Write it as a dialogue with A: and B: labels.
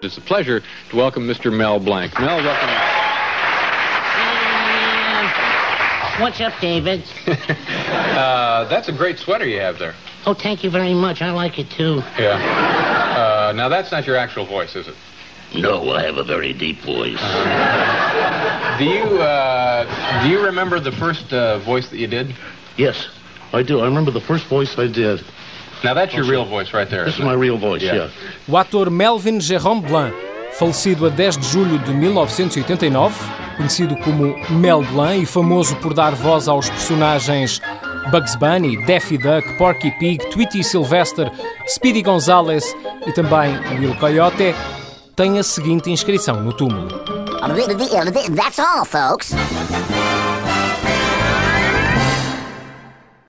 A: It's a pleasure to welcome Mr. Mel Blanc. Mel, welcome.
B: What's up, David?
A: Uh, that's a great sweater you have there.
B: Oh, thank you very much. I like it too.
A: Yeah. Uh, now, that's not your actual voice, is it?
B: No, I have a very deep voice.
A: Do you, uh, do you remember the first uh, voice that you did?
C: Yes, I do. I remember the first voice I did.
A: Now, that's your real voice right there.
C: This is
A: isn't
C: my
A: it?
C: real voice,
A: Yeah.
C: yeah.
D: O ator Melvin Jerome Blanc, falecido a 10 de julho de 1989, conhecido como Mel Blanc e famoso por dar voz aos personagens Bugs Bunny, Daffy Duck, Porky Pig, Tweety Sylvester, Speedy Gonzales e também Will Coyote, tem a seguinte inscrição no túmulo.
E: That's all, folks.